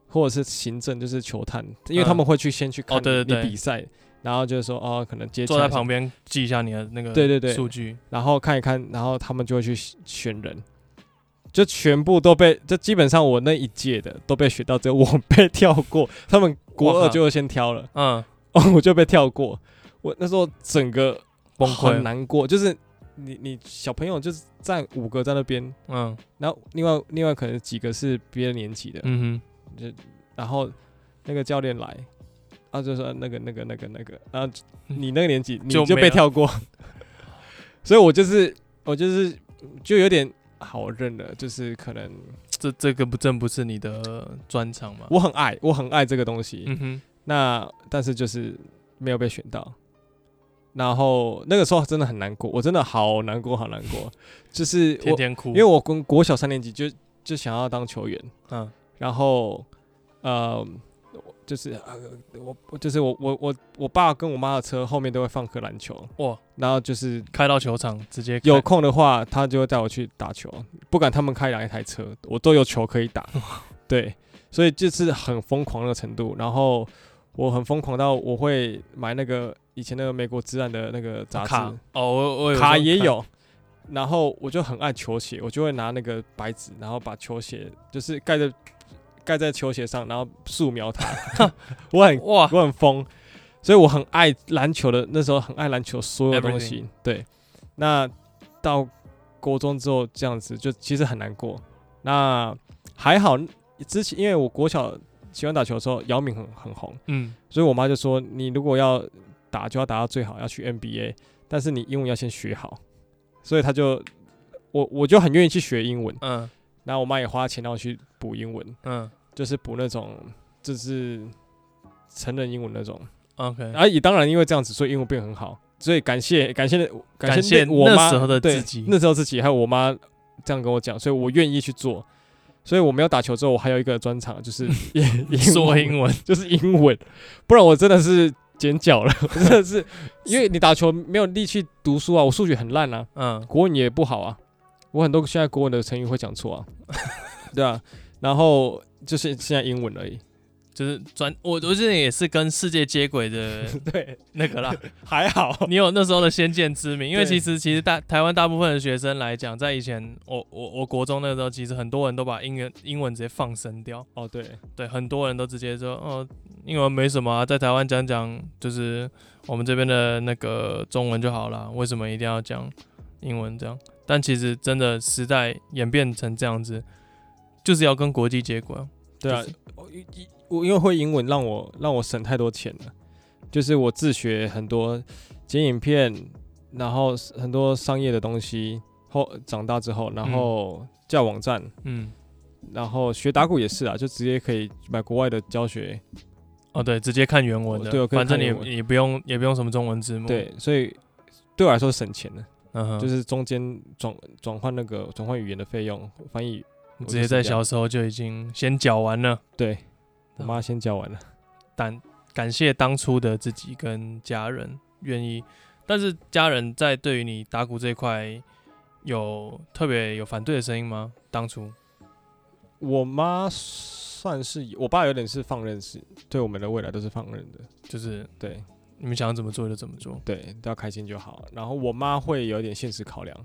或者是行政，就是球探，因为他们会去先去看
哦
你,、
对对对
比赛，然后就是说哦，可能接
坐在
洽一下
旁，边记一下你的那个
对对对
数据，
然后看一看，然后他们就会去选选人，就全部都被，就基本上我那一届的都被选到，只有我被跳过，他们国
哇
二
靠
就先挑了，
嗯，
哦，我就被跳过，我那时候整个
崩
很
溃了，
难过，就是你你小朋友就是站五个在那边。
嗯
然后另外另外可能几个是别的年级的，
嗯
然后那个教练来，啊就说那个那个那个那个，然后就你那个年纪你
嗯就
就
没
被
了
跳过， (laughs) 所以我就是我就是就有点好认了，就是可能
哼，这这个不正不是你的专长嘛？
我很爱我很爱这个东西，
嗯哼，
那但是就是没有被选到。然后那个时候真的很难过，我真的好难过，好难过。就是我，
天天哭，
因为我跟国小三年级就就想要当球员，
嗯
然后呃，我就是呃我我就是我我我我爸跟我妈的车后面都会放颗篮球，
哇，
然后就是
开到球场直接开
有空的话，他就会带我去打球，不管他们开哪一台车，我都有球可
(laughs)
以打，对，所以就是很疯狂的程度，然后。我很疯狂到我会买那个以前那个美国职篮的那个杂志，
卡哦，我我有时候
卡也
看，
有。然后我就很爱球鞋，我就会拿那个白纸，然后把球鞋就是盖在盖在球鞋上，然后素描它。 (laughs) 我很
哇，
我很疯，所以我很爱篮球的，那时候很爱篮球所有东西。对，那到国中之后这样子，就其实很难过。那还好，之前因为我国小喜欢打球的时候，姚明很很红，
嗯，
所以我妈就说，你如果要打，就要打到最好，要去 NBA，但是你英文要先学好。所以她就我我就很愿意去学英文，
嗯
然后我妈也花钱让我去补英文，
嗯
就是补那种就是成人英文那种。
，OK，
啊，也当然因为这样子，所以英文变很好，所以感谢感谢
感谢
那我
那
妈
时候的
对
自己
那时候自己还有我妈这样跟我讲，所以我愿意去做。所以我没有打球之后，我还有一个专长
(laughs)
就是 (laughs) 英
说英文，
就是英文，不然我真的是剪脚了，我 (laughs) 真的是因为你打球没有力气读书啊，我数学很烂啊，
嗯
国文也不好啊，我很多现在国文的成语会讲 (laughs) 错啊，对啊，然后就是现在英文而已，，
就是专我我现在也是跟世界接轨的
(laughs) 对，
那个啦。
还好，
你有那时候的先见之明，因为
对
其实其实大台湾大部分的学生来讲，在以前我我我国中那时候，其实很多人都把英文英文直接放生掉，
哦对，
对，很多人都直接说哦英文没什么啊，在台湾讲讲就是我们这边的那个中文就好啦，为什么一定要讲英文这样？但其实真的时代演变成这样子，就是要跟国际接轨啊，
对啊
就是，
我一一我因为会英文，让我让我省太多钱了。就是我自学很多剪影片，然后很多商业的东西。后长大之后，然后架网站，
嗯，
然后学打鼓也是啊，就直接可以买国外的教学。
哦对，直接看原文的，
哦对我可以
反正
看
你
原文
你不用也不用什么中文字幕，，
对，所以对我来说省钱了，
嗯哼，
就是中间转转换那个转换语言的费用，翻译
你直接在小时候就已经先缴完了，
对我妈先教完了。
但感谢当初的自己跟家人愿意，但是家人在对于你打鼓这一块有特别有反对的声音吗？当初
(laughs) 我妈算是有，我爸有点是放任式，对我们的未来都是放任的。
就是
对，
你们想要怎么做就怎么做
对，都要开心就好。然后我妈会有点现实考量，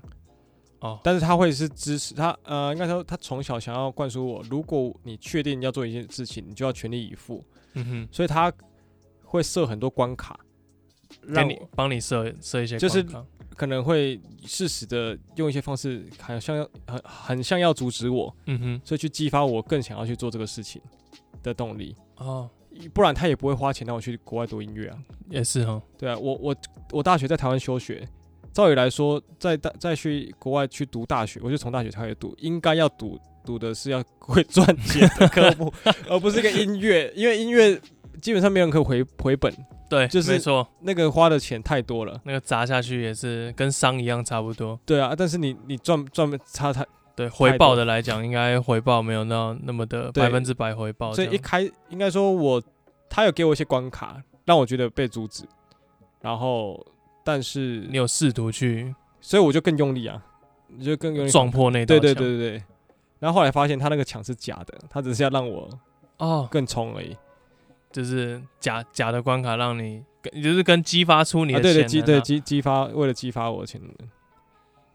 哦，
但是她会是支持她，呃，应该说她从小想要灌输我，如果你确定要做一件事情，你就要全力以赴，
嗯
所以她会设很多关卡，
哼，给
让
你
我
帮你设设一些
就是
关卡
可能会适时的用一些方式，好像要很很像要阻止我，
嗯哼，
所以去激发我更想要去做这个事情的动力。
哦，
不然他也不会花钱让我去国外读音乐啊。
也是哦，
对啊，我我我大学在台湾休学，照理来说，在大再去国外去读大学，我就从大学开始读，应该要读读的是要会赚钱的科目，而不是一个音乐，因为音乐基本上没有人可以回回本，
对，
就是
没错，
那个花的钱太多了。
那个砸下去也是跟伤一样差不多。
对啊，但是你你赚赚差太，
对，
多
回报的来讲，应该回报没有那那么的
对
百分之百回报哦这
所
样。
以一开应该说我他有给我一些关卡，让我觉得被阻止，然后但是
你有试图去
所以我就更用力啊，你就更用力
撞破那道
对
墙，
对对对对。然后后来发现他那个墙是假的，他只是要让我
哦，
更冲而已。
就是假假的关卡让你，跟就是跟激发出你
啊，
的
对
潜能、啊
对激对激激发，为了激发我的潜能，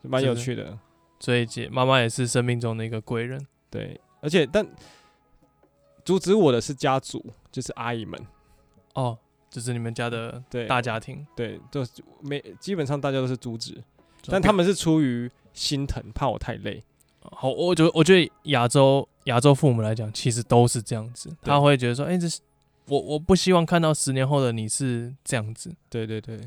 就蛮有趣的。
所以姐妈妈也是生命中的一个贵人。
对，而且但阻止我的是家族，就是阿姨们。
哦，就是你们家的
对，
大家庭，
对，就是没基本上大家都是阻止，但他们是出于心疼，怕我太累。
好，哦我觉得我觉得亚洲亚洲父母来讲，其实都是这样子，他会觉得说，哎、这是我我不希望看到十年后的你是这样子，
对对对，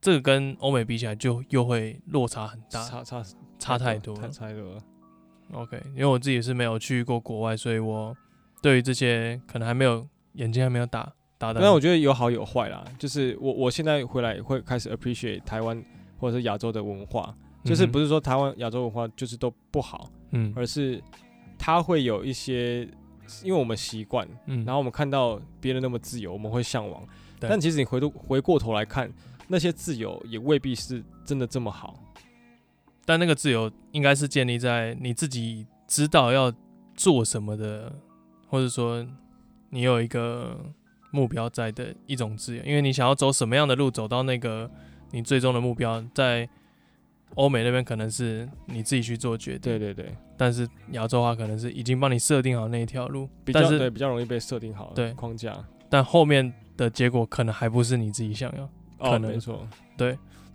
这个跟欧美比起来就又会落差很大，
差差
差太多
差
了。
太多了。
OK，因为我自己是没有去过国外，所以我对于这些可能还没有眼睛还没有打打的。
那我觉得有好有坏啦，就是我我现在回来会开始 appreciate 台湾或者是亚洲的文化，就是不
是
是说台湾亚洲文化就是都不好，
嗯
而是它会有一些，因为我们习惯，
嗯，
然后我们看到别人那么自由，我们会向往，
对
但其实你回头回过头来看，那些自由也未必是真的这么好。
但那个自由应该是建立在你自己知道要做什么的，或者说你有一个目标在的一种自由，因为你想要走什么样的路，走到那个你最终的目标，在欧美那边可能是你自己去做决定，
对对对，
但是亚洲的话可能是已经帮你设定好那一条路，
比
但
较
是
对比较容易被设定好
对
的框架。
但后面的结果可能还不是你自己想要。
哦，
可能
没错，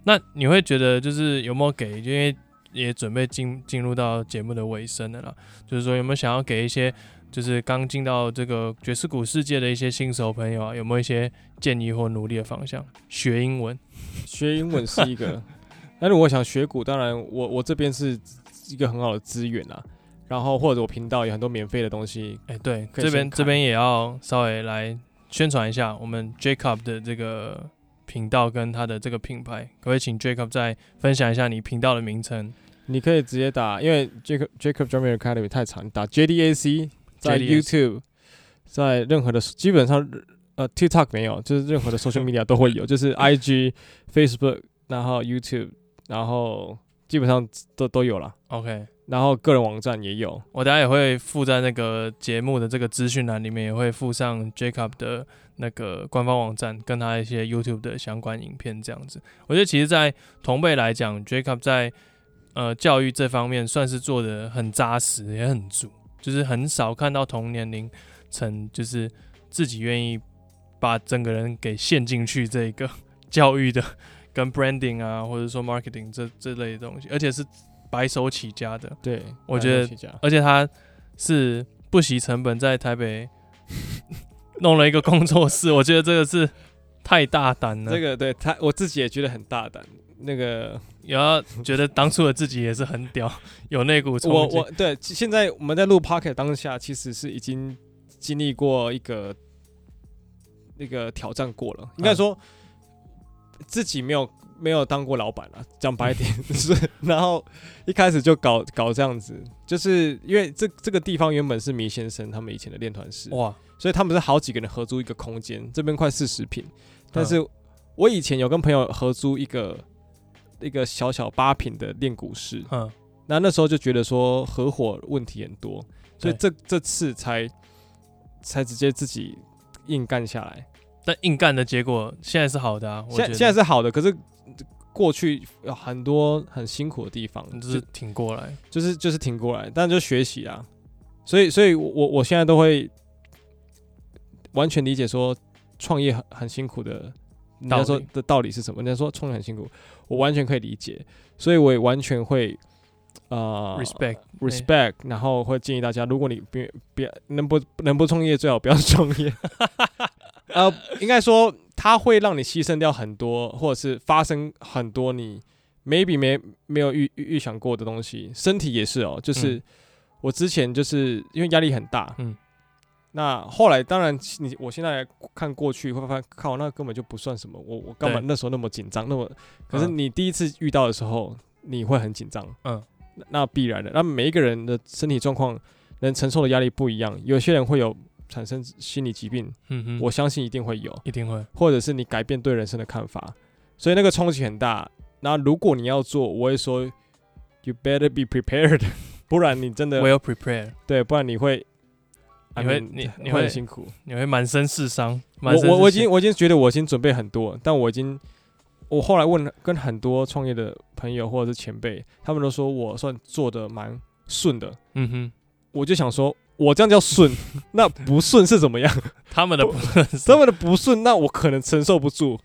那你会觉得就是有没有给，因为也准备进进入到节目的尾声了啦，就是说有没有想要给一些就是刚进到这个爵士鼓世界的一些新手朋友啊，有没有一些建议或努力的方向？学英文，
学英文是
(laughs)
一个，但是我想学鼓，当然我我这边是一个很好的资源啊。然后或者我频道有很多免费的东西，
哎、对，
可以
这边
先看
这边也要稍微来宣传一下我们 Jacob 的这个频道跟他的这个品牌，可不可以请 Jacob 再分享一下你频道的名称？
你可以直接打，因为 Jacob Jacob Drummer Academy 太长，你打 JDAC 在
JDAC
YouTube，在任何的基本上呃 TikTok 没有，就是任何的 social media 都会有，就是 IG、Facebook，然后 YouTube，然后基本上都都有啦。
OK，
然后个人网站也有，
我等下也会附在那个节目的这个资讯栏里面，也会附上 Jacob 的那个官方网站，跟他一些 YouTube 的相关影片这样子。我觉得其实，在同辈来讲，Jacob 在呃教育这方面算是做的很扎实，也很足，就是很少看到同年龄层就是自己愿意把整个人给陷进去这个 (laughs) 教育的跟 branding 啊，或者说 marketing 这这类的东西，而且是白手起家的。
对，
我觉得
大家一起加
而且他是不惜成本在台
(laughs)
北弄了一个工作室，我觉得这个是太大胆了。
这个对他我自己也觉得很大胆。那个
也要觉得当初的自己也是很
(laughs)
屌，有那股
我
冲劲。
我对，其现在我们在录 p o c k e t 当下，其实是已经经历过一个那个挑战过了。应该
啊
说、自己没有没有当过老板啊，讲白一点 (laughs) 是。然后一开始就搞搞这样子，就是因为这这个地方原本是迷先生他们以前的练团室，
哇，
所以他们是好几个人合租一个空间，这边快四十
嗯
平。但是我以前有跟朋友合租一个一个小小八平的练鼓室，
嗯，
那那时候就觉得说合伙问题很多，所
对
以这这次才才直接自己硬干下来。
但硬干的结果现在是好的啊，我
现
觉
在
得
现在是好的，可是过去有很多很辛苦的地方，
你就
就是
是挺过来。
就是就是挺过来，但就学习啊。所以所以我，我我现在都会完全理解说创业很很辛苦的人家
道
说
理
的道理是什么，人家说冲浪很辛苦，我完全可以理解，所以我也完全会啊、呃
respect
respect，然后会建议大家，如果你别别能不能不创业，最好不要创业。 (laughs) 呃，应该说它会让你牺牲掉很多，或者是发生很多你 maybe 没没有预预预想过的东西。身体也是哦，就是、
嗯
我之前就是因为压力很大，
嗯，
那后来当然你我现在来看过去会发现，靠，那根本就不算什么，我我干嘛
对
那时候那么紧张，那么可是
嗯
你第一次遇到的时候，你会很紧张，
嗯
那，那必然的。那每一个人的身体状况能承受的压力不一样，有些人会有产生心理疾病，
嗯哼，
我相信一定会有，
一定会，
或者是你改变对人生的看法，所以那个冲击很大。那如果你要做，我会说，you better be prepared，不 (laughs) 然你真的
well prepare，
对，不然你会。
你会
I mean，
你你
会
会
很辛苦。
你会满身是伤。满
我
身
我
是
我已
血
经我已经觉得我已经准备很多，但我已经我后来问跟很多创业的朋友或者是前辈，他们都说我算做的蛮顺的。
嗯哼，
我就想说，我这样叫顺，那不顺是怎么样？
他们的
我
不认识
这么的不顺，那我可能承受不住，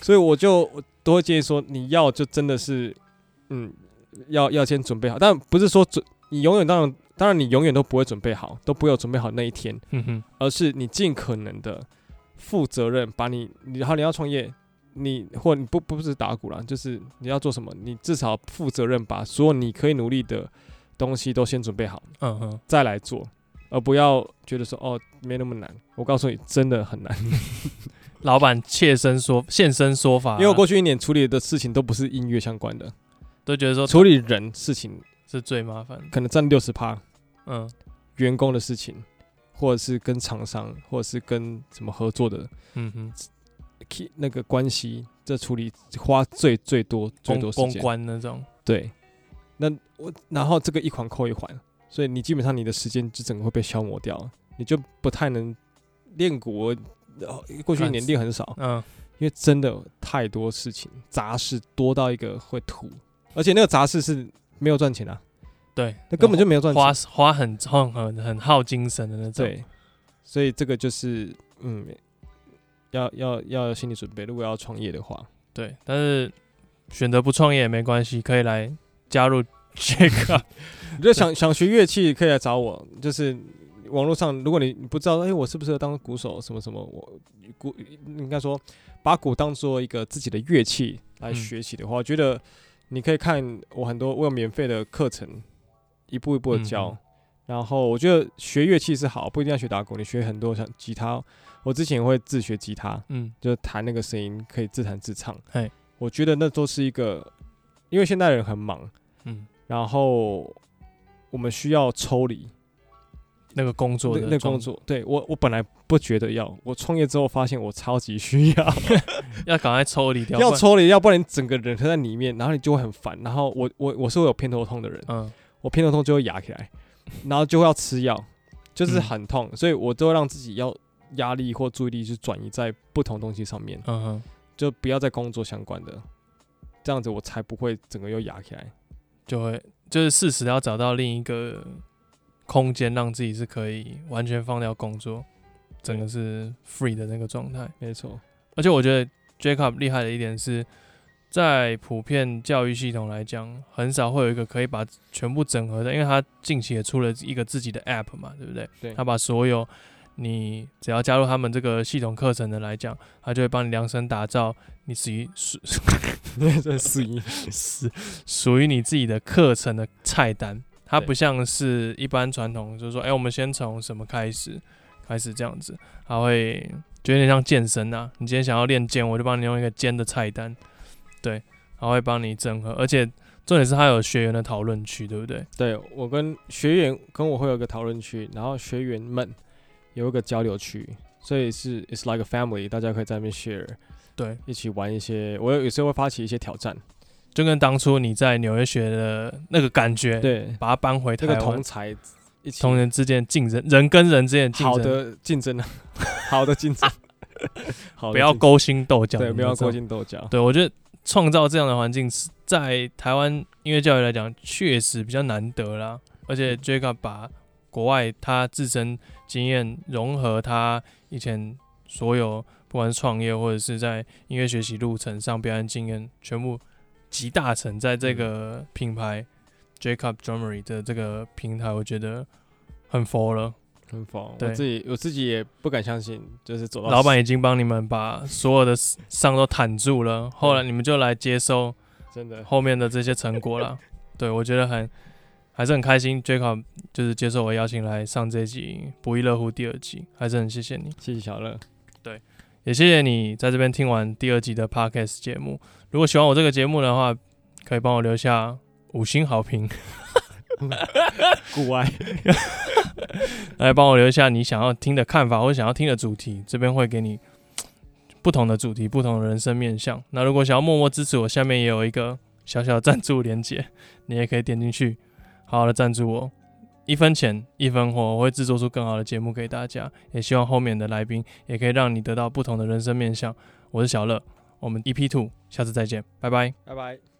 所以我就我都会建议说，你要就真的是，嗯，要要先准备好，但不是说准，你永远当然当然你永远都不会准备好，都不会有准备好那一天，
嗯哼，
而是你尽可能的负责任，把你，你然后你要创业，你或你不不是打鼓啦，就是你要做什么，你至少负责任把所有你可以努力的东西都先准备好，
嗯哼，
再来做，而不要觉得说哦没那么难。我告诉你，真的很难，
老板切身说现身说法啊，
因为我过去一年处理的事情都不是音乐相关的，
都觉得说
处理人事情
是最麻烦的。
可能占六十趴，
嗯
员工的事情，或者是跟厂商，或者是跟什么合作的，
嗯哼，
ki- 那个关系，这处理花最最多最
公
多时
公
间。
关那种，
对，那我然后这个一环扣一环，所以你基本上你的时间就整个会被消磨掉，你就不太能练鼓。我呃过去一年练很少，
嗯
因为真的太多事情，杂事多到一个会吐，而且那个杂事是没有赚钱啊，
对，
那根本就没有赚
花
钱。
花很很很很耗精神的那种。
对，所以这个就是嗯，要要要有心理准备，如果要创业的话。
对，但是选择不创业也没关系，可以来加入 Jack
(laughs)
Up。
你就想想学乐器，可以来找我。就是网络上，如果你你不知道，哎、我适不适合当鼓手，什么什么，我鼓应该说把鼓当做一个自己的乐器来
嗯
学习的话，我觉得你可以看我很多我有免费的课程，一步一步的教。
嗯
然后我觉得学乐器是好，不一定要学打鼓，你学很多像吉他，我之前也会自学吉他，
嗯，
就是弹那个声音可以自弹自唱
嘿。
我觉得那都是一个，因为现代人很忙，
嗯，
然后我们需要抽离
那个工作
那
的
那
状
工作。对我，我本来不觉得要，我创业之后发现我超级需要，
要赶快抽离掉，
(laughs) 要
不然，
抽离，要不然你整个人都在里面，然后你就会很烦。然后我我我是会有偏头痛的人，
嗯
我偏头痛就会压起来，然后就会要吃药，就是很痛，所以我都会让自己要压力或注意力去转移在不同东西上面，
嗯哼，
就不要在工作相关的，这样子我才不会整个又压起来。
就会就是适时地要找到另一个空间，让自己是可以完全放掉工作，整个是 free 的那个状态。
没错，
而且我觉得 Jacob 厉害的一点是，在普遍教育系统来讲，很少会有一个可以把全部整合的，因为他近期也出了一个自己的 App 嘛，对不对？
对
他把所有你只要加入他们这个系统课程的来讲，他就会帮你量身打造你属于属 (laughs)
这是一
属属于你自己的课程的菜单。它
对
不像是一般传统，就是说，哎、我们先从什么开始，开始这样子，它会就有点像健身啊。你今天想要练肩，我就帮你用一个肩的菜单，对，它会帮你整合。而且重点是它有学员的讨论区，对不对？
对我跟学员跟我会有一个讨论区，然后学员们有一个交流区，所以是 it's like a family，大家可以在那边 share，
对，
一起玩一些。我有有时候会发起一些挑战，
就跟当初你在纽约学的那个感觉，，
对，
把它搬回
这
台
个
湾，
同才一起
同人之间的竞争，人跟人之间的竞
好
争，
的竞争啊， (laughs) 好的
(laughs)
竞争，好的
不要
竞
勾心斗角，
对，不要
你知道
勾
吗
心斗角，
对，我觉得创造这样的环境是在台湾音乐教育来讲，确实比较难得啦。而且 Jacob 把国外他自身经验融合他以前所有不不管是创业或者是在音乐学习路程上表演经验，全部集大成在这个品牌 Jacob Drummery 的这个平台，我觉得很佛了。
很疯。我
对
自己我自己也不敢相信，就是走到
老板已经帮你们把所有的伤都坦住了，后来你们就来接收
真的
后面的这些成果啦。对，我觉得很还是很开心，Jacob 就是接受我邀请来上这集《不亦乐乎》第二集，还是很谢谢你，
谢谢
(laughs)
小乐，
也谢谢你在这边听完第二集的 Podcast 节目。如果喜欢我这个节目的话，可以帮我留下五星好评，
古外
来帮我留下你想要听的看法或想要听的主题，这边会给你不同的主题、不同的人生面向。那如果想要默默支持我，下面也有一个小小的赞助连接，你也可以点进去，好好的赞助我，一分钱一分货，我会制作出更好的节目给大家。也希望后面的来宾也可以让你 E 得到不同的人生面向。我是小乐，我们 EP Two 下次再见，拜拜。
拜拜。